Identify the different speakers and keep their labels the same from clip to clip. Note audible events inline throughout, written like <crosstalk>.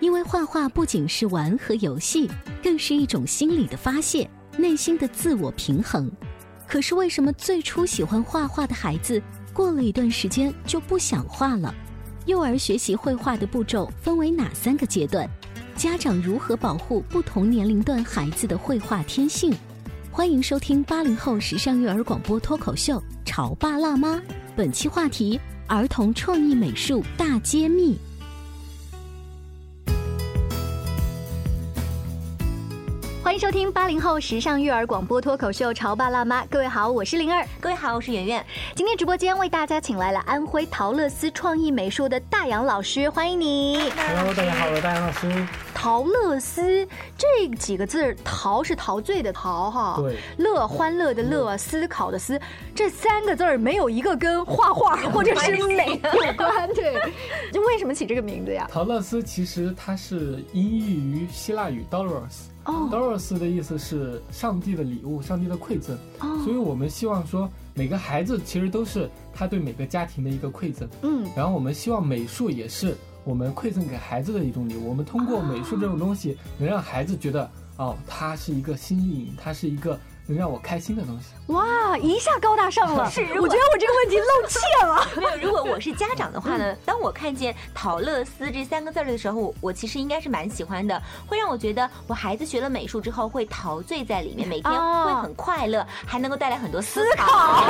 Speaker 1: 因为画画不仅是玩和游戏，更是一种心理的发泄，内心的自我平衡。可是为什么最初喜欢画画的孩子，过了一段时间就不想画了？幼儿学习绘画的步骤分为哪三个阶段？家长如何保护不同年龄段孩子的绘画天性？欢迎收听八零后时尚育儿广播脱口秀《潮爸辣妈》，本期话题：儿童创意美术大揭秘。
Speaker 2: 欢迎收听八零后时尚育儿广播脱口秀《潮爸辣妈》，各位好，我是灵儿。
Speaker 3: 各位好，我是圆圆。
Speaker 2: 今天直播间为大家请来了安徽陶乐思创意美术的大杨老师，欢迎你。
Speaker 4: Hello，大家好，我是大杨老师。
Speaker 2: 陶乐思这几个字儿，陶是陶醉的陶哈，
Speaker 4: 对，
Speaker 2: 乐欢乐的乐，思考的思，这三个字儿没有一个跟画画或者是美 <laughs> 有关，对，就为什么起这个名字呀？
Speaker 4: 陶乐斯其实它是音译于希腊语 Doros。
Speaker 2: 哦
Speaker 4: Doros 的意思是上帝的礼物，上帝的馈赠。
Speaker 2: 哦
Speaker 4: 所以我们希望说，每个孩子其实都是他对每个家庭的一个馈赠。
Speaker 2: 嗯，
Speaker 4: 然后我们希望美术也是我们馈赠给孩子的一种礼物。我们通过美术这种东西，能让孩子觉得，哦，它是一个新颖，它是一个能让我开心的东西。
Speaker 2: 哇，一下高大上 <laughs> 了，
Speaker 3: 是
Speaker 2: 我觉得我这个问题露怯了。
Speaker 3: <laughs> 没有，如果我是家长的话
Speaker 2: 嗯
Speaker 3: 呢，当我看见“陶乐思”这三个字儿的时候，我我其实应该是蛮喜欢的，会让我觉得我孩子学了美术之后会陶醉在里面，每天
Speaker 2: 哦
Speaker 3: 会很快乐，还能够带来很多思考。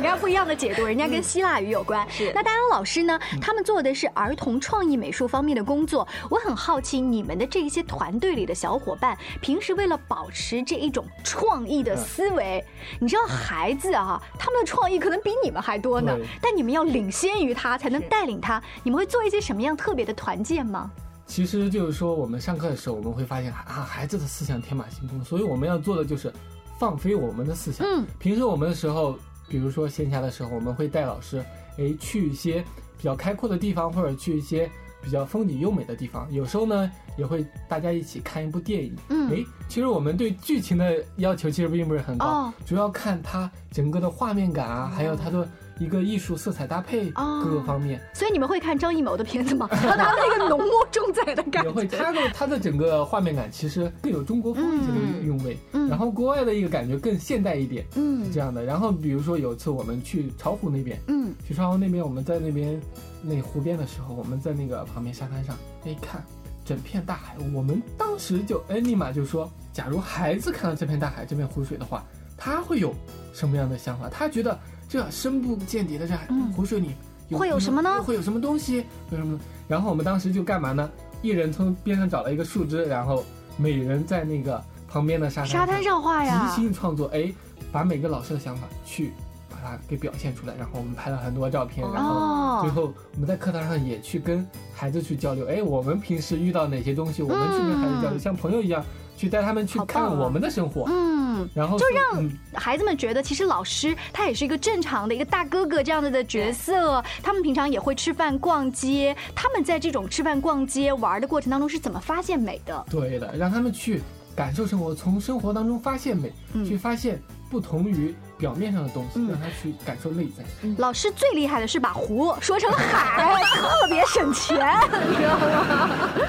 Speaker 2: 你看不一样的解读，人家
Speaker 4: 嗯
Speaker 2: 跟希腊语有关。
Speaker 3: 是
Speaker 2: 那大杨老师呢？他们做的是儿童创意美术方面的工作。我很好奇，你们的这一些团队里的小伙伴，平时为了保持这一种创意
Speaker 4: 嗯
Speaker 2: 的思维，你知道孩子啊，他们的创意可能比你们还多呢
Speaker 4: 对，
Speaker 2: 但你们要领先于他，才能
Speaker 3: 是
Speaker 2: 带领他。你们会做一些什么样特别的团建吗？
Speaker 4: 其实就是说，我们上课的时候，我们会发现啊，孩子的思想天马行空，所以我们要做的就是放飞我们的思想。
Speaker 2: 嗯，
Speaker 4: 平时我们的时候，比如说闲暇的时候，我们会带老师，哎，去一些比较开阔的地方，或者去一些比较风景优美的地方。有时候呢，也会大家一起看一部电影。
Speaker 2: 嗯
Speaker 4: 哎，其实我们对剧情的要求其实并不是很高，
Speaker 2: 哦
Speaker 4: 主要看它整个的画面感啊，还有它的一个艺术色彩搭配
Speaker 2: 哦
Speaker 4: 各个方面。
Speaker 2: 所以你们会看张艺谋的片子吗？ <laughs> 他他那个浓墨重彩的感
Speaker 4: 也会，
Speaker 2: 觉，
Speaker 4: 它的它的整个画面感其实更有中国风情的韵味，
Speaker 2: 嗯
Speaker 4: 然后国外的一个感觉更现代一点，
Speaker 2: 嗯
Speaker 4: 是这样的。然后比如说有一次我们去巢湖那边，
Speaker 2: 嗯，
Speaker 4: 去巢湖那边我们在那边那湖边的时候，我们在那个旁边沙滩上，哎看整片大海，我们当时就哎立马就说，假如孩子看到这片大海这片湖水的话，他会有什么样的想法？他觉得这深不见底的这海
Speaker 2: 嗯
Speaker 4: 湖水里有
Speaker 2: 会有什么呢
Speaker 4: 会有什么东西？会有什么？然后我们当时就干嘛呢？一人从边上找了一个树枝，然后每人在那个旁边的沙滩
Speaker 2: 沙滩上画呀
Speaker 4: 即。兴创作，哎，把每个老师的想法去把它给表现出来，然后我们拍了很多照片，然后。
Speaker 2: 哦，
Speaker 4: 最后，我们在课堂上也去跟孩子去交流。哎，我们平时遇到哪些东西，我们去跟孩子交流，
Speaker 2: 嗯
Speaker 4: 像朋友一样，去带他们去
Speaker 2: 好棒
Speaker 4: 看
Speaker 2: 啊
Speaker 4: 我们的生活，
Speaker 2: 嗯，
Speaker 4: 然后就让、嗯
Speaker 2: 孩子们觉得其实老师他也是一个正常的一个大哥哥这样子的角色，他们平常也会吃饭逛街，他们在这种吃饭逛街玩的过程当中是怎么发现美的？
Speaker 4: 对的，让他们去感受生活，从生活当中发现美，
Speaker 2: 嗯
Speaker 4: 去发现不同于表面上的东西，
Speaker 2: 嗯
Speaker 4: 让他去感受内在。
Speaker 3: 嗯
Speaker 2: 老师最厉害的是把湖说成
Speaker 3: <laughs>
Speaker 2: 海，特别省钱。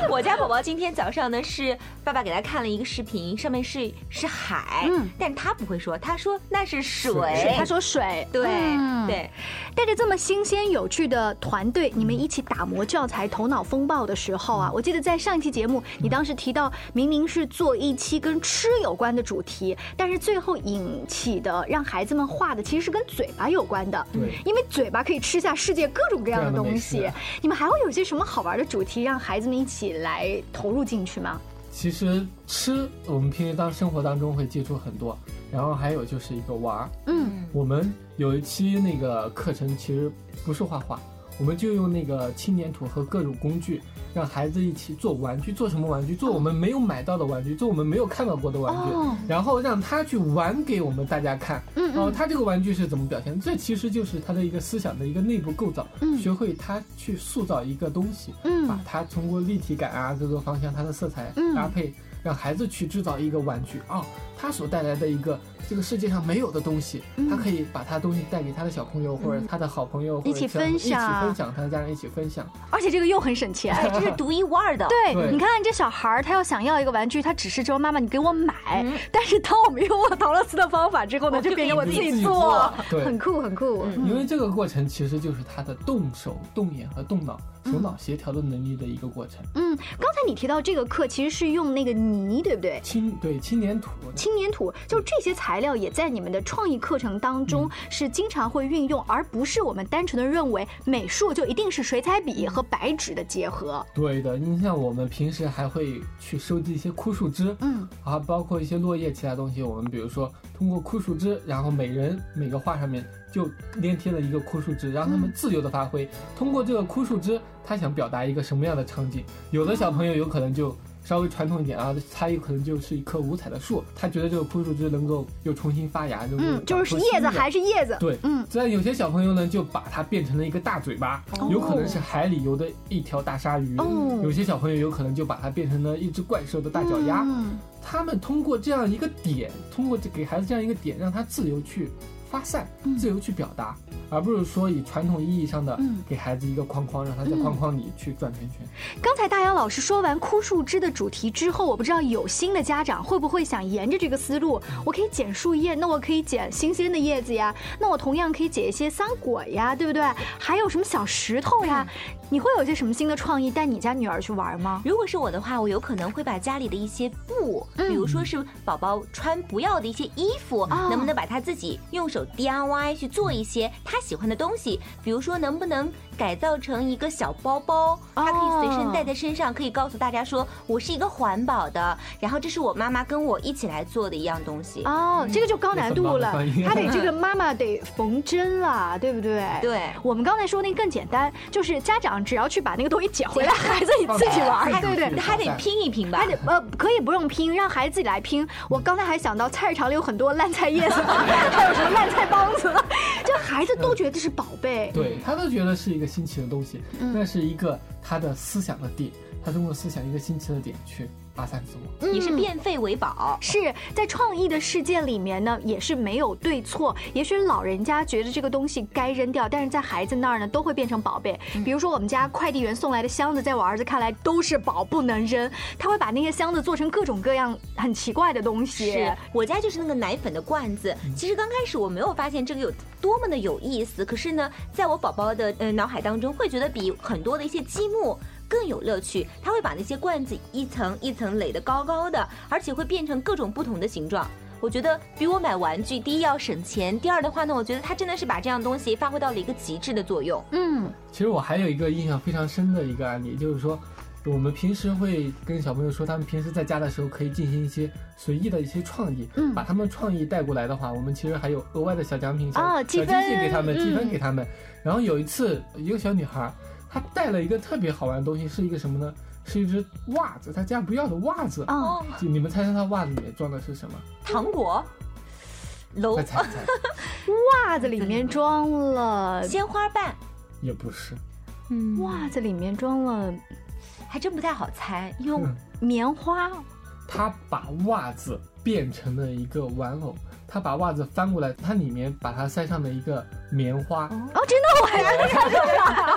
Speaker 3: 我家宝宝今天早上呢，是爸爸给他看了一个视频，上面是是海，
Speaker 2: 嗯
Speaker 3: 但他不会说，他说那是水。
Speaker 4: 水
Speaker 2: 他说水，
Speaker 3: 对、
Speaker 2: 嗯
Speaker 3: 对，
Speaker 2: 带着这么新鲜有趣的团队，你们一起打磨教材《头脑风暴》的时候啊，我记得在上一期节目，你当时提到，明明是做一期跟吃有关的主题，但是最后引起的让孩子们画的其实是跟嘴巴有关的。
Speaker 4: 对
Speaker 2: 因为嘴巴可以吃下世界各种各嗯样的东
Speaker 4: 各
Speaker 2: 西
Speaker 4: 样的美，啊
Speaker 2: 你们还会有些什么好玩的主题让孩子们一起来投入进去吗？
Speaker 4: 其实吃，我们平时当生活当中会接触很多，然后还有就是一个玩儿。
Speaker 2: 嗯，
Speaker 4: 我们有一期那个课程其实不是画画，我们就用那个轻粘土和各种工具，让孩子一起做玩具，做什么玩具？做我们没有买到的玩具，做我们没有看到过的玩具，
Speaker 2: 哦，
Speaker 4: 然后让他去玩给我们大家看。
Speaker 2: 嗯
Speaker 4: 哦，
Speaker 2: 嗯
Speaker 4: 他这个玩具是怎么表现？这其实就是他的一个思想的一个内部构造，
Speaker 2: 嗯
Speaker 4: 学会他去塑造一个东西，把
Speaker 2: 嗯，
Speaker 4: 它通过立体感啊各个方向它的色彩
Speaker 2: 嗯
Speaker 4: 搭配，让孩子去制造一个玩具啊、它所带来的一个这个世界上没有的东西，
Speaker 2: 嗯
Speaker 4: 他可以把他东西带给他的小朋友或者他的好朋友，或者
Speaker 2: 一起
Speaker 4: 家人
Speaker 2: 分
Speaker 4: 一
Speaker 2: 享
Speaker 4: 起分享，他的家人一起分享。
Speaker 2: 而且这个又很省钱。
Speaker 3: 哎，这是独一无二的。
Speaker 2: 对，
Speaker 4: 对
Speaker 2: 你看这小孩儿，他要想要一个玩具，他只是说妈妈，你给我买。
Speaker 3: 嗯
Speaker 2: <laughs> 但是当我们用了陶乐斯的方法之后呢，
Speaker 3: 我就
Speaker 2: 就变成我
Speaker 3: 可以
Speaker 2: 自
Speaker 3: 自
Speaker 2: 己
Speaker 4: 己
Speaker 2: 做，
Speaker 4: 对
Speaker 2: 很酷很酷。
Speaker 3: 嗯
Speaker 4: 因为这个过程其实就是他的动手、动眼和动脑、手脑协调的能力的一个过程。
Speaker 2: 嗯，刚才你提到这个课其实是用那个泥，对不对？
Speaker 4: 轻对轻粘土，
Speaker 2: 轻粘土，就这些材料也在你们的创意课程当中是经常会运用，而不是我们单纯的认为美术就一定是水彩笔和白纸的结合。
Speaker 4: 对的。你像我们平时还会去收集一些枯树枝，
Speaker 2: 嗯
Speaker 4: 啊，包括一些落叶其他东西，我们比如说通过枯树枝，然后每人每个画上面就粘贴了一个枯树枝，让他们自由的发挥。通过这个枯树枝，他想表达一个什么样的场景？有的小朋友有可能就稍微传统一点啊，他有可能就是一棵五彩的树，他觉得这个枯树枝能够又重新发芽，就
Speaker 2: 嗯，就是叶子还是叶子。
Speaker 4: 对，
Speaker 2: 嗯
Speaker 4: 虽然有些小朋友呢，就把它变成了一个大嘴巴，有可能是海里游的一条大鲨鱼；
Speaker 2: 哦
Speaker 4: 有些小朋友有可能就把它变成了一只怪兽的大脚丫。
Speaker 2: 嗯
Speaker 4: 他们通过这样一个点，通过这给孩子这样一个点，让他自由去发散，自由去表达，而不是说以传统意义上的
Speaker 2: 嗯
Speaker 4: 给孩子一个框框，让他在框框里去转圈圈。
Speaker 2: 刚才大姚老师说完枯树枝的主题之后，我不知道有新的家长会不会想沿着这个思路，我可以捡树叶，那我可以捡新鲜的叶子呀，那我同样可以捡一些桑果呀，对不对？还有什么小石头呀？你会有一些什么新的创意带你家女儿去玩吗？
Speaker 3: 如果是我的话，我有可能会把家里的一些布，
Speaker 2: 嗯
Speaker 3: 比如说是宝宝穿不要的一些衣服，
Speaker 2: 啊
Speaker 3: 能不能把他自己用手 DIY 去做一些他喜欢的东西？比如说，能不能改造成一个小包包，他可以随身带在身上，可以告诉大家说我是一个环保的，然后这是我妈妈跟我一起来做的一样东西。
Speaker 2: 哦，这个就高难度了
Speaker 4: 这很棒的创，意
Speaker 2: 她得这个妈妈得缝针了，对不对？。
Speaker 3: 对，
Speaker 2: 我们刚才说那更简单，就是家长只要去把那个东西捡回 <laughs> 来，孩子你自己玩儿，
Speaker 4: 放
Speaker 2: 对不对
Speaker 4: 进去？
Speaker 3: 那还得拼一拼吧
Speaker 2: 还。得呃，可以不用拼，让孩子自己来拼。我刚才还想到菜市场里有很多烂菜叶子，还有什么烂菜帮子， <laughs> 这孩子都觉得这是宝贝。
Speaker 4: 对他都觉得是一个新奇的东西，
Speaker 2: 嗯
Speaker 4: 那是一个他的思想的点，他通过思想一个新奇的点去发散自我。
Speaker 2: 嗯
Speaker 3: 也是变废为宝，
Speaker 2: 是在创意的世界里面呢，也是没有对错。也许老人家觉得这个东西该扔掉，但是在孩子那儿呢，都会变成宝贝。比如说我们家快递员送来的箱子，在我儿子看来都是宝，不能扔。他会把那些箱子做成各种各样很奇怪的东西。
Speaker 3: 是我家就是那个奶粉的罐子。
Speaker 2: 嗯
Speaker 3: 其实刚开始我没有发现这个有多么的有意思，可是呢，在我宝宝的呃脑海当中，会觉得比很多的一些积木。更有乐趣，他会把那些罐子一层一层垒得高高的，而且会变成各种不同的形状。我觉得比我买玩具，第一要省钱，第二的话呢，我觉得他真的是把这样东西发挥到了一个极致的作用。
Speaker 2: 嗯，
Speaker 4: 其实我还有一个印象非常深的一个案例，就是说，我们平时会跟小朋友说，他们平时在家的时候可以进行一些随意的一些创意，
Speaker 2: 嗯
Speaker 4: 把他们创意带过来的话，我们其实还有额外的小奖品、小、
Speaker 2: 啊
Speaker 4: 小
Speaker 2: 积
Speaker 4: 惊喜给他们，
Speaker 2: 分
Speaker 4: 积
Speaker 2: 嗯
Speaker 4: 分给他们。然后有一次，一个小女孩，她带了一个特别好玩的东西，是一个什么呢？是一只袜子，她家不要的袜子。
Speaker 2: 哦，
Speaker 4: 就你们猜猜她袜子里面装的是什么？
Speaker 3: 糖果、
Speaker 2: 哦
Speaker 3: 楼
Speaker 4: 快、猜一猜，
Speaker 2: 袜子里面装了
Speaker 3: 鲜花瓣，
Speaker 4: 也不是，
Speaker 3: 嗯，
Speaker 2: 袜子里面装了
Speaker 3: 还真不太好猜，因为
Speaker 4: 嗯
Speaker 2: 棉花，
Speaker 4: 她把袜子变成了一个玩偶，他把袜子翻过来，它里面把它塞上了一个棉花，
Speaker 2: 哦，真的，我还没看过
Speaker 4: <laughs>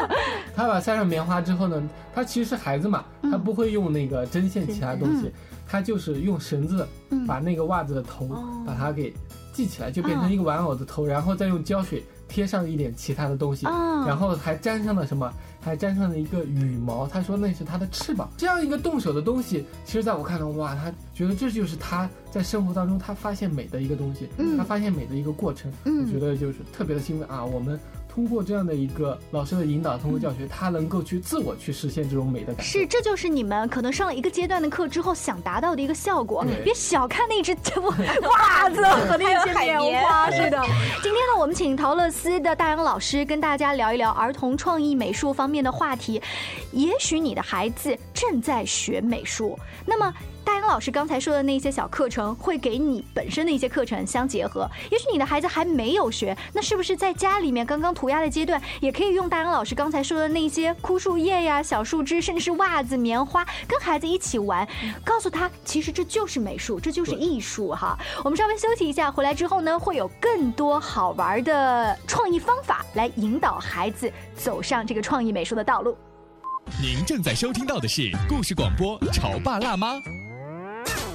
Speaker 4: 他把塞上棉花之后呢，他其实是孩子嘛，他不会用那个针线其他东西，他就是用绳子
Speaker 2: 嗯
Speaker 4: 把那个袜子的头
Speaker 2: 哦嗯
Speaker 4: 把它给系起来，就变成一个玩偶的头，然后再用胶水贴上一点其他的东西，
Speaker 2: 啊
Speaker 4: 然后还粘上了什么？还粘上了一个羽毛，他说那是他的翅膀。这样一个动手的东西，其实在我看来，哇，他觉得这就是他在生活当中他发现美的一个东西，
Speaker 2: 嗯
Speaker 4: 他发现美的一个过程。我觉
Speaker 2: 嗯，
Speaker 4: 得就是特别的欣慰啊！我们通过这样的一个老师的引导，通过教学，他能够去自我去实现这种美的感受。
Speaker 2: 是，这就是你们可能上了一个阶段的课之后想达到的一个效果
Speaker 4: 对。
Speaker 2: 别小看那只 <laughs> 袜子和那些
Speaker 3: 还有海绵
Speaker 2: 棉花，是
Speaker 3: <laughs>
Speaker 2: 的。今天呢，我们请陶乐思的大杨老师跟大家聊一聊儿童创意美术方面的话题。也许你的孩子正在学美术，那么大杨老师刚才说的那些小课程会给你本身的一些课程相结合。也许你的孩子还没有学，那是不是在家里面刚刚涂鸦的阶段，也可以用大杨老师刚才说的那些枯树叶呀、小树枝，甚至是袜子、棉花，跟孩子一起玩，
Speaker 3: 嗯
Speaker 2: 告诉他其实这就是美术，这就是艺术哈。我们稍微休息一下，回来之后呢，会有更多好玩的创意方法来引导孩子走上这个创意美术的道路。
Speaker 5: 您正在收听到的是故事广播《潮爸辣妈》。
Speaker 1: 《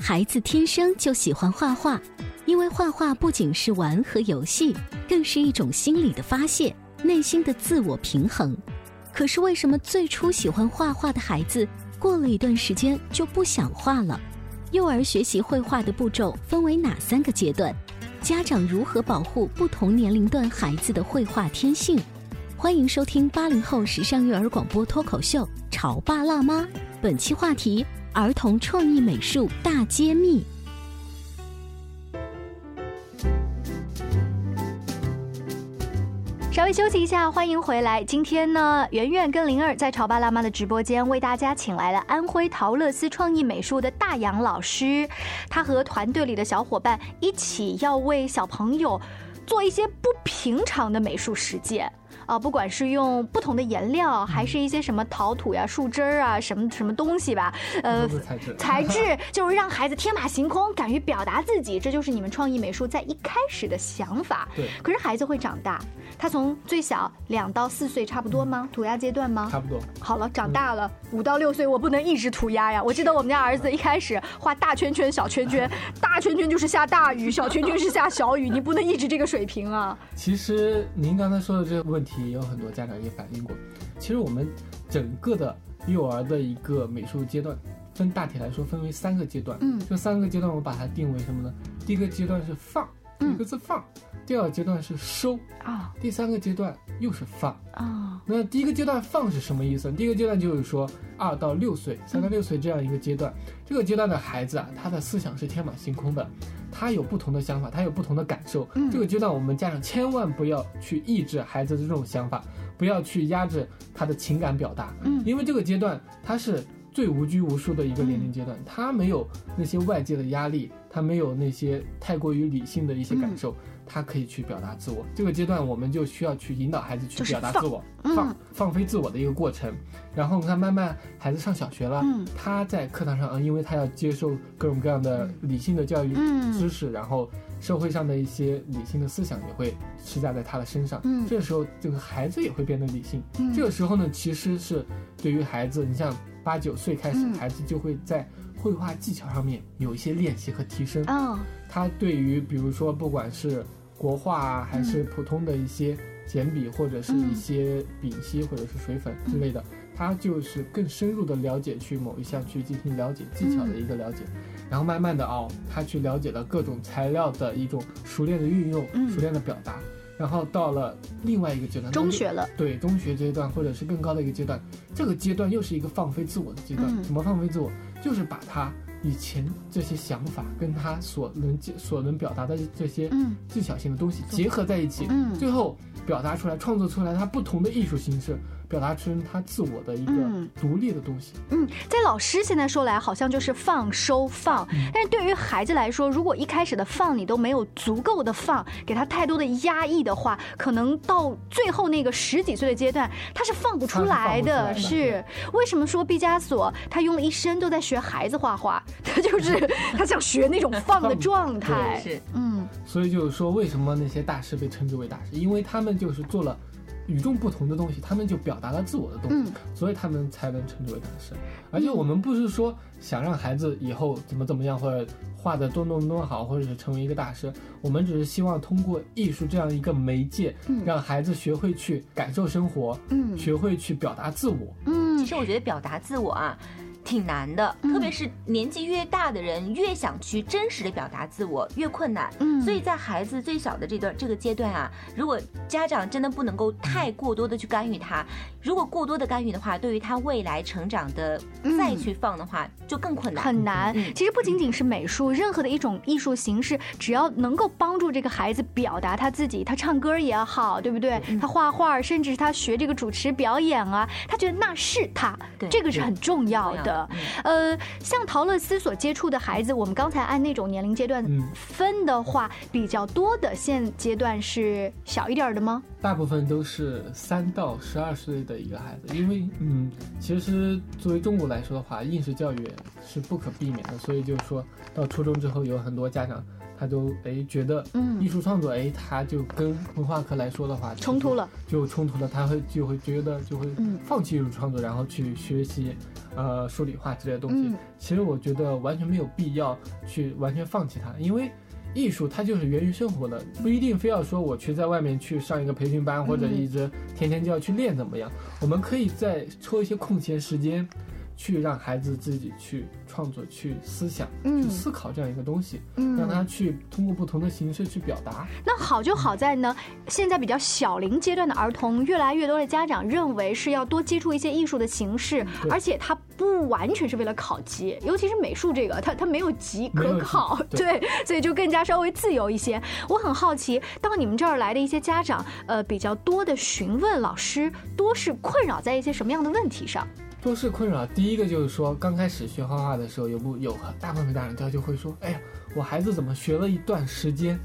Speaker 1: 孩子天生就喜欢画画，因为画画不仅是玩和游戏，更是一种心理的发泄，内心的自我平衡。可是为什么最初喜欢画画的孩子，过了一段时间就不想画了？幼儿学习绘画的步骤分为哪三个阶段？家长如何保护不同年龄段孩子的绘画天性？欢迎收听八零后时尚育儿广播脱口秀《潮爸辣妈》，本期话题：儿童创意美术大揭秘。
Speaker 2: 稍微休息一下，欢迎回来。今天呢，圆圆跟灵儿在潮爸辣妈的直播间为大家请来了安徽陶乐思创意美术的大杨老师，他和团队里的小伙伴一起要为小朋友做一些不平常的美术实践。啊，不管是用不同的颜料，还是一些什么陶土呀、树枝儿啊、什么什么东西吧，呃
Speaker 4: 不，同的材质，
Speaker 2: 材质 <laughs> 就是让孩子天马行空，敢于表达自己，这就是你们创意美术在一开始的想法。
Speaker 4: 对
Speaker 2: 可是孩子会长大，他从最小两到四岁差不多吗？涂鸦阶段吗？
Speaker 4: 差不多。
Speaker 2: 好了，长大了，五到六岁我不能一直涂鸦呀。我记得我们家儿子一开始画大圈圈、小圈 <laughs> 圈，大圈圈就是下大雨，小圈圈是下小雨，你不能一直这个水平啊。
Speaker 4: 其实您刚才说的这个问题，也有很多家长也反映过。其实我们整个的幼儿的一个美术阶段，分大体来说分为三个阶段。
Speaker 2: 嗯
Speaker 4: 这三个阶段我把它定为什么呢？第一个阶段是放，
Speaker 2: 嗯
Speaker 4: 一个字放；第二个阶段是收，
Speaker 2: 啊
Speaker 4: 第三个阶段又是放。
Speaker 2: 啊，
Speaker 4: 那第一个阶段放是什么意思呢？第一个阶段就是说二到六岁、三到六岁这样一个阶段，这个阶段的孩子啊，他的思想是天马行空的，他有不同的想法，他有不同的感受。
Speaker 2: 嗯
Speaker 4: 这个阶段，我们家长千万不要去抑制孩子的这种想法，不要去压制他的情感表达，
Speaker 2: 嗯
Speaker 4: 因为这个阶段他是最无拘无束的一个年龄阶
Speaker 2: 嗯
Speaker 4: 段，他没有那些外界的压力，他没有那些太过于理性的一些
Speaker 2: 嗯
Speaker 4: 感受。他可以去表达自我，这个阶段我们就需要去引导孩子去
Speaker 2: 就是
Speaker 4: 表达
Speaker 2: 放
Speaker 4: 自我，
Speaker 2: 嗯
Speaker 4: 放放飞自我的一个过程。然后你看，慢慢孩子上小学了，
Speaker 2: 嗯
Speaker 4: 他在课堂上，呃因为他要接受各种各样的理性的教育
Speaker 2: 嗯
Speaker 4: 知识，然后社会上的一些理性的思想也会施加在他的身上。
Speaker 2: 嗯
Speaker 4: 这个时候，这个孩子也会变得理性。
Speaker 2: 嗯
Speaker 4: 这个时候呢，其实是对于孩子，你像八九岁开始，
Speaker 2: 嗯
Speaker 4: 孩子就会在绘画技巧上面有一些练习和提升。
Speaker 2: 啊
Speaker 4: 他对于比如说不管是国画啊还
Speaker 2: 嗯
Speaker 4: 是普通的一些简笔或者是一些丙烯或者是水粉之类的，
Speaker 2: 嗯
Speaker 4: 它就是更深入的了解去某一项去进行了解技巧的一个了解，
Speaker 2: 嗯
Speaker 4: 然后慢慢的哦，他去了解了各种材料的一种熟练的运用
Speaker 2: 嗯、
Speaker 4: 熟练的表达，然后到了另外一个阶段，
Speaker 2: 中学了，
Speaker 4: 对中学阶段或者是更高的一个阶段，这个阶段又是一个放飞自我的阶段。
Speaker 2: 嗯
Speaker 4: 怎么放飞自我？就是把他以前这些想法跟他所能接所能表达的这些
Speaker 2: 嗯
Speaker 4: 技巧性的东西结合在一起，
Speaker 2: 嗯
Speaker 4: 最后表达出来，创作出来他不同的艺术形式，表达出他自我的一个
Speaker 2: 嗯
Speaker 4: 独立的东西。
Speaker 2: 嗯，在老师现在说来，好像就是放收放，
Speaker 4: 嗯
Speaker 2: 但是对于孩子来说，如果一开始的放你都没有足够的放，给他太多的压抑的话，可能到最后那个十几岁的阶段，他是放不出来的。
Speaker 4: 他是放不出来
Speaker 2: 是为什么说毕加索他用了一生都在学孩子画画，他就是 <laughs> 他想学那种放的状态。
Speaker 3: 是
Speaker 2: 嗯
Speaker 4: 所以就是说，为什么那些大师被称之为大师？因为他们就是做了与众不同的东西，他们就表达了自我的东西，
Speaker 2: 嗯
Speaker 4: 所以他们才能称之为大师。而且我们不是说想让孩子以后怎么怎么样，或者画的多么多么好，或者是成为一个大师，我们只是希望通过艺术这样一个媒介，
Speaker 2: 嗯
Speaker 4: 让孩子学会去感受生活，
Speaker 2: 嗯
Speaker 4: 学会去表达自我。
Speaker 3: 其
Speaker 2: 嗯
Speaker 3: 实我觉得表达自我啊。挺难的，
Speaker 2: 嗯
Speaker 3: 特别是年纪越大的人，越想去真实的表达自我，越困难。
Speaker 2: 嗯，
Speaker 3: 所以在孩子最小的这段这个阶段啊，如果家长真的不能
Speaker 2: 嗯
Speaker 3: 够太过多的去干预他，如果过多的干预的话，对于他未来成长的
Speaker 2: 嗯
Speaker 3: 再去放的话，就更困难。
Speaker 2: 很难
Speaker 3: 嗯。
Speaker 2: 其实不仅仅是美术，任何的一种艺术形式，只要能够帮助这个孩子表达他自己，他唱歌也好，对不对？他画画，甚至是他学这个主持表演啊，他觉得那是他
Speaker 3: 对，
Speaker 2: 这个是很重要
Speaker 3: 重要
Speaker 2: 的
Speaker 3: 的。
Speaker 2: 呃，像陶乐斯所接触的孩子，我们刚才按那种年龄阶段
Speaker 4: 嗯
Speaker 2: 分的话，比较多的现阶段是小一点儿的吗？
Speaker 4: 大部分都是三到十二岁的一个孩子，因为嗯，其实作为中国来说的话，应试教育是不可避免的，所以就是说到初中之后，有很多家长他就哎觉得
Speaker 2: 嗯
Speaker 4: 艺术创作哎，他就跟文化课来说的话
Speaker 2: 冲突，了，
Speaker 4: 就冲突了，他会就会觉得就会
Speaker 2: 嗯
Speaker 4: 放弃艺术创作，然后去学习呃数理化之类的东西。
Speaker 2: 嗯
Speaker 4: 其实我觉得完全没有必要去完全放弃它，因为艺术它就是源于生活的，不一定非要说我去在外面去上一个培训班，或者一直天天就要去练怎么样。我们可以再抽一些空闲时间，去让孩子自己去创作、去思想、
Speaker 2: 嗯
Speaker 4: 去思考这样一个东西，让
Speaker 2: 嗯。
Speaker 4: 他去通过不同的形式去表达。
Speaker 2: 那好就好在呢，现在比较小龄阶段的儿童，越来越多的家长认为是要多接触一些艺术的形式，
Speaker 4: 嗯对
Speaker 2: 而且它不完全是为了考级，尤其是美术这个，它它没有级
Speaker 4: 没有
Speaker 2: 可
Speaker 4: 级
Speaker 2: 考，
Speaker 4: 对
Speaker 2: 对，所以就更加稍微自由一些。我很好奇，到你们这儿来的一些家长，呃，比较多的询问老师，多是困扰在一些什么样的问题上？
Speaker 4: 多是困扰。第一个就是说，刚开始学画画的时候，有不有大部分大人他就会说：“哎呀，我孩子怎么学了一段时间，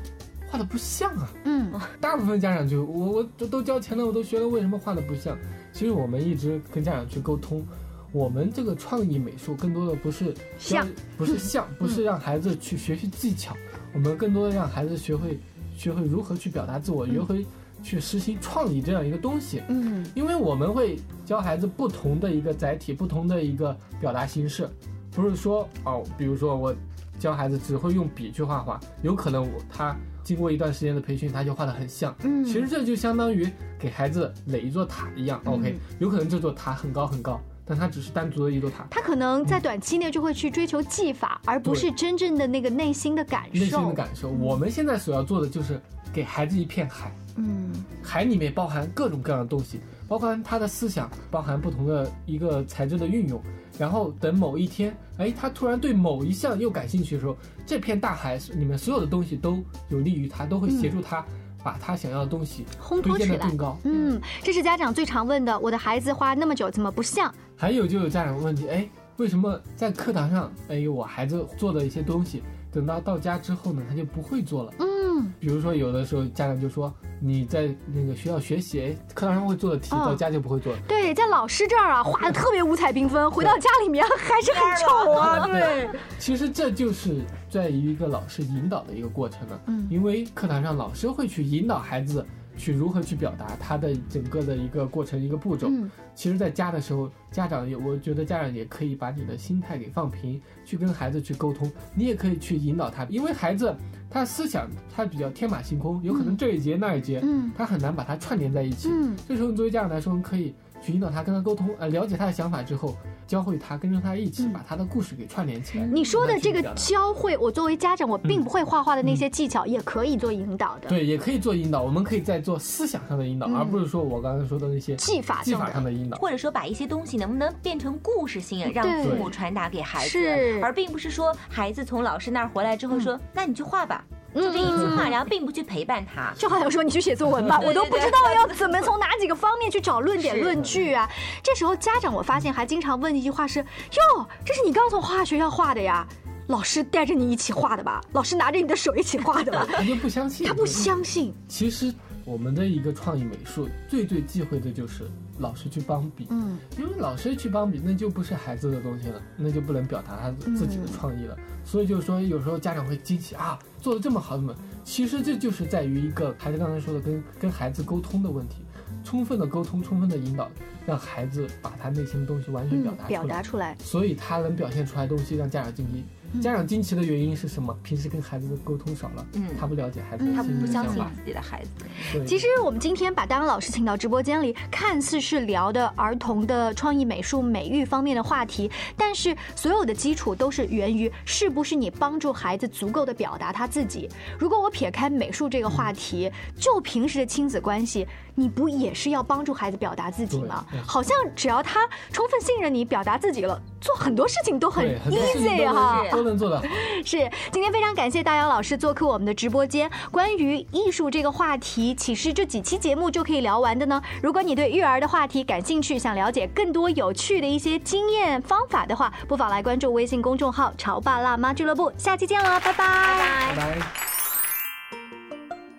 Speaker 4: 画的不像啊
Speaker 2: 嗯？”
Speaker 4: 大部分家长就我我都都交钱了，我都学了，为什么画的不像？其实我们一直跟家长去沟通，我们这个创意美术更多的不是教
Speaker 2: 像，
Speaker 4: 不是像，不是让孩子去学习技巧，我们更多的让孩子学会学会如何去表达自我，如何去实行创意这样一个东西。
Speaker 2: 嗯
Speaker 4: 因为我们会教孩子不同的一个载体，不同的一个表达形式，不是说哦，比如说我教孩子只会用笔去画画，有可能我他经过一段时间的培训，他就画得很像。
Speaker 2: 嗯，
Speaker 4: 其实这就相当于给孩子垒一座塔一样、o k 有可能这座塔很高很高，但它只是单独的一座塔，
Speaker 2: 他可能在短期内就会去追求技法，而不
Speaker 4: 对
Speaker 2: 是真正的那个内心的感
Speaker 4: 内心
Speaker 2: 受。
Speaker 4: 的感受。我们现在所要做的就是给孩子一片海，
Speaker 2: 嗯
Speaker 4: 海里面包含各种各样的东西，包含他的思想，包含不同的一个材质的运用。然后等某一天，哎，他突然对某一项又感兴趣的时候，这片大海里面所有的东西都有利于他，都会协助他把他想要的东西
Speaker 2: 嗯烘托
Speaker 4: 推荐
Speaker 2: 起
Speaker 4: 的
Speaker 2: 来
Speaker 4: 更高。
Speaker 2: 嗯，这是家长最常问的。我的孩子花那么久，怎么不像？
Speaker 4: 还有就有家长问题，哎，为什么在课堂上，哎，我孩子做的一些东西，等到到家之后呢，他就不会做了？
Speaker 2: 嗯，
Speaker 4: 比如说，有的时候家长就说你在那个学校学习，哎，课堂上会做的题，
Speaker 2: 哦
Speaker 4: 到家就不会做了。
Speaker 2: 对，在老师这儿啊，画的特别五彩缤纷，回到家里面还是很丑啊。 <laughs> 对，
Speaker 4: 其实这就是在于一个老师引导的一个过程了，啊
Speaker 2: 嗯
Speaker 4: 因为课堂上老师会去引导孩子去如何去表达他的整个的一个过程一个步骤。
Speaker 2: 嗯
Speaker 4: 其实，在家的时候，家长也，我觉得家长也可以把你的心态给放平，去跟孩子去沟通，你也可以去引导他，因为孩子他思想他比较天马行空，有可能这一节那一节，
Speaker 2: 嗯
Speaker 4: 他很难把它串联在一起。
Speaker 2: 嗯
Speaker 4: 这时候，你作为家长来说，你可以去引导他，跟他沟通，呃，了解他的想法之后，教会他，跟着他一起
Speaker 2: 嗯
Speaker 4: 把他的故事给串联起来。
Speaker 2: 你说的这个
Speaker 4: 让他去表达
Speaker 2: 教会，我作为家长，我并不会画画的那些技巧，也可以做引导的，
Speaker 4: 对，也可以做引导，我们可以在做思想上的引导，
Speaker 2: 嗯
Speaker 4: 而不是说我刚才说的那些
Speaker 2: 技法
Speaker 4: 技
Speaker 2: 上
Speaker 4: 法上
Speaker 2: 的。
Speaker 4: 的引
Speaker 2: <laughs>
Speaker 4: 导。
Speaker 3: 或者说把一些东西能不能变成故事性，啊让
Speaker 2: 对
Speaker 3: 父母传达给孩子
Speaker 2: 是，
Speaker 3: 而并不是说孩子从老师那儿回来之后说，那你去画吧，
Speaker 2: 嗯
Speaker 3: 就这一句话，然后并不去陪伴他。
Speaker 2: 就好像说你去写作文吧，
Speaker 3: 对
Speaker 2: 我
Speaker 3: 对
Speaker 2: 都不知道要怎么从哪几个方面去找论点
Speaker 3: 是
Speaker 2: 论据啊。这时候家长我发现还经常问一句话是：哟，这是你刚从画画学校画的呀？老师带着你一起画的吧？老师拿着你的手一起画的
Speaker 4: <laughs>
Speaker 2: 吧？
Speaker 4: 他就不相信，
Speaker 2: 他不相信，
Speaker 4: 其实我们的一个创意美术最最忌讳的就是老师去帮比，
Speaker 2: 嗯，
Speaker 4: 因为老师去帮比，那就不是孩子的东西了，那就不能表达他自己的创意了。
Speaker 2: 嗯
Speaker 4: 所以就是说，有时候家长会惊喜啊，做的这么好，怎么？其实这就是在于一个孩子刚才说的跟跟孩子沟通的问题，充分的沟通，充分的引导，让孩子把他内心的东西完全表
Speaker 2: 嗯表
Speaker 4: 达出来。，
Speaker 2: 达出来，嗯
Speaker 4: 所以他能表现出来的东西让家长惊奇。家长惊奇的原因是什么？平时跟孩子的沟通少了，
Speaker 3: 嗯
Speaker 4: 他不了解孩子的
Speaker 3: 他
Speaker 4: 心
Speaker 3: 不
Speaker 4: 理
Speaker 3: 相
Speaker 4: 想
Speaker 3: 信
Speaker 4: 法。
Speaker 3: 嗯自己的孩子，
Speaker 4: 对
Speaker 2: 其实我们今天把当老师请到直播间里，看似是聊的儿童的创意美术美育方面的话题，但是所有的基础都是源于是不是你帮助孩子足够的表达他自己。如果我撇开美术这个话题，就平时的亲子关系，你不也是要帮助孩子表达自己吗
Speaker 4: 对？对
Speaker 2: 好像只要他充分信任你，表达自己了，做很多事情都很
Speaker 4: 对很多事情
Speaker 2: easy 啊
Speaker 4: 都
Speaker 2: 哈、
Speaker 4: 能都能做到。
Speaker 2: 是，今天非常感谢大姚老师做客我们的直播间。关于艺术这个话题，岂是这几期节目就可以聊完的呢？如果你对育儿的话题感兴趣，想了解更多有趣的一些经验方法的话，不妨来关注微信公众号“潮爸辣妈俱乐部”。下期见了，拜 <laughs> 拜
Speaker 4: 拜拜。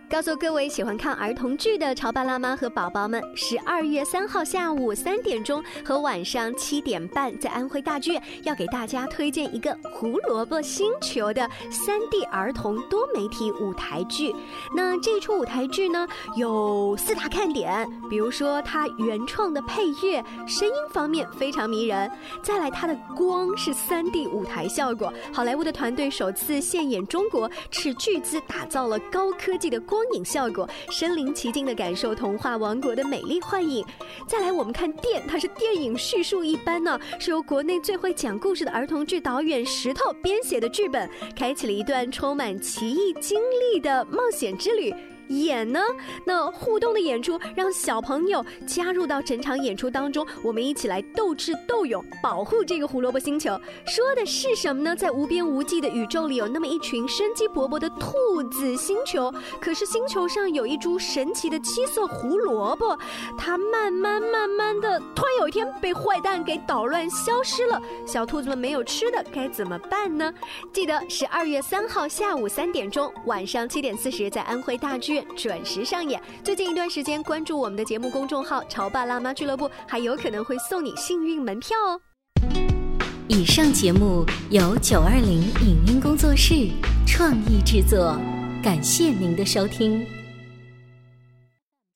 Speaker 6: 告诉各位喜欢看儿童剧的潮爸辣妈和宝宝们，十二月三号下午三点钟和晚上七点半，在安徽大剧院要给大家推荐一个《胡萝卜星球》的三 D 儿童多媒体舞台剧。那这出舞台剧呢，有四大看点，比如说它原创的配乐、声音方面非常迷人，再来它的光是三 D 舞台效果，好莱坞的团队首次现眼中国，斥巨资打造了高科技的光影效果，身临其境的感受童话王国的美丽幻影。再来，我们看电，它是电影叙述一般呢、是由国内最会讲故事的儿童剧导演石头编写的剧本，开启了一段充满奇异经历的冒险之旅。演呢？那互动的演出让小朋友加入到整场演出当中，我们一起来斗智斗勇，保护这个胡萝卜星球。说的是什么呢？在无边无际的宇宙里，有那么一群生机勃勃的兔子星球，可是星球上有一株神奇的七色胡萝卜，它慢慢慢慢的，突然有一天被坏蛋给捣乱消失了。小兔子们没有吃的，该怎么办呢？记得十二月三号下午三点钟，晚上七点四十在安徽大剧院准时上演。最近一段时间，关注我们的节目公众号“潮爸辣妈俱乐部”，还有可能会送你幸运门票哦。
Speaker 1: 以上节目由九二零影音工作室创意制作，感谢您的收听。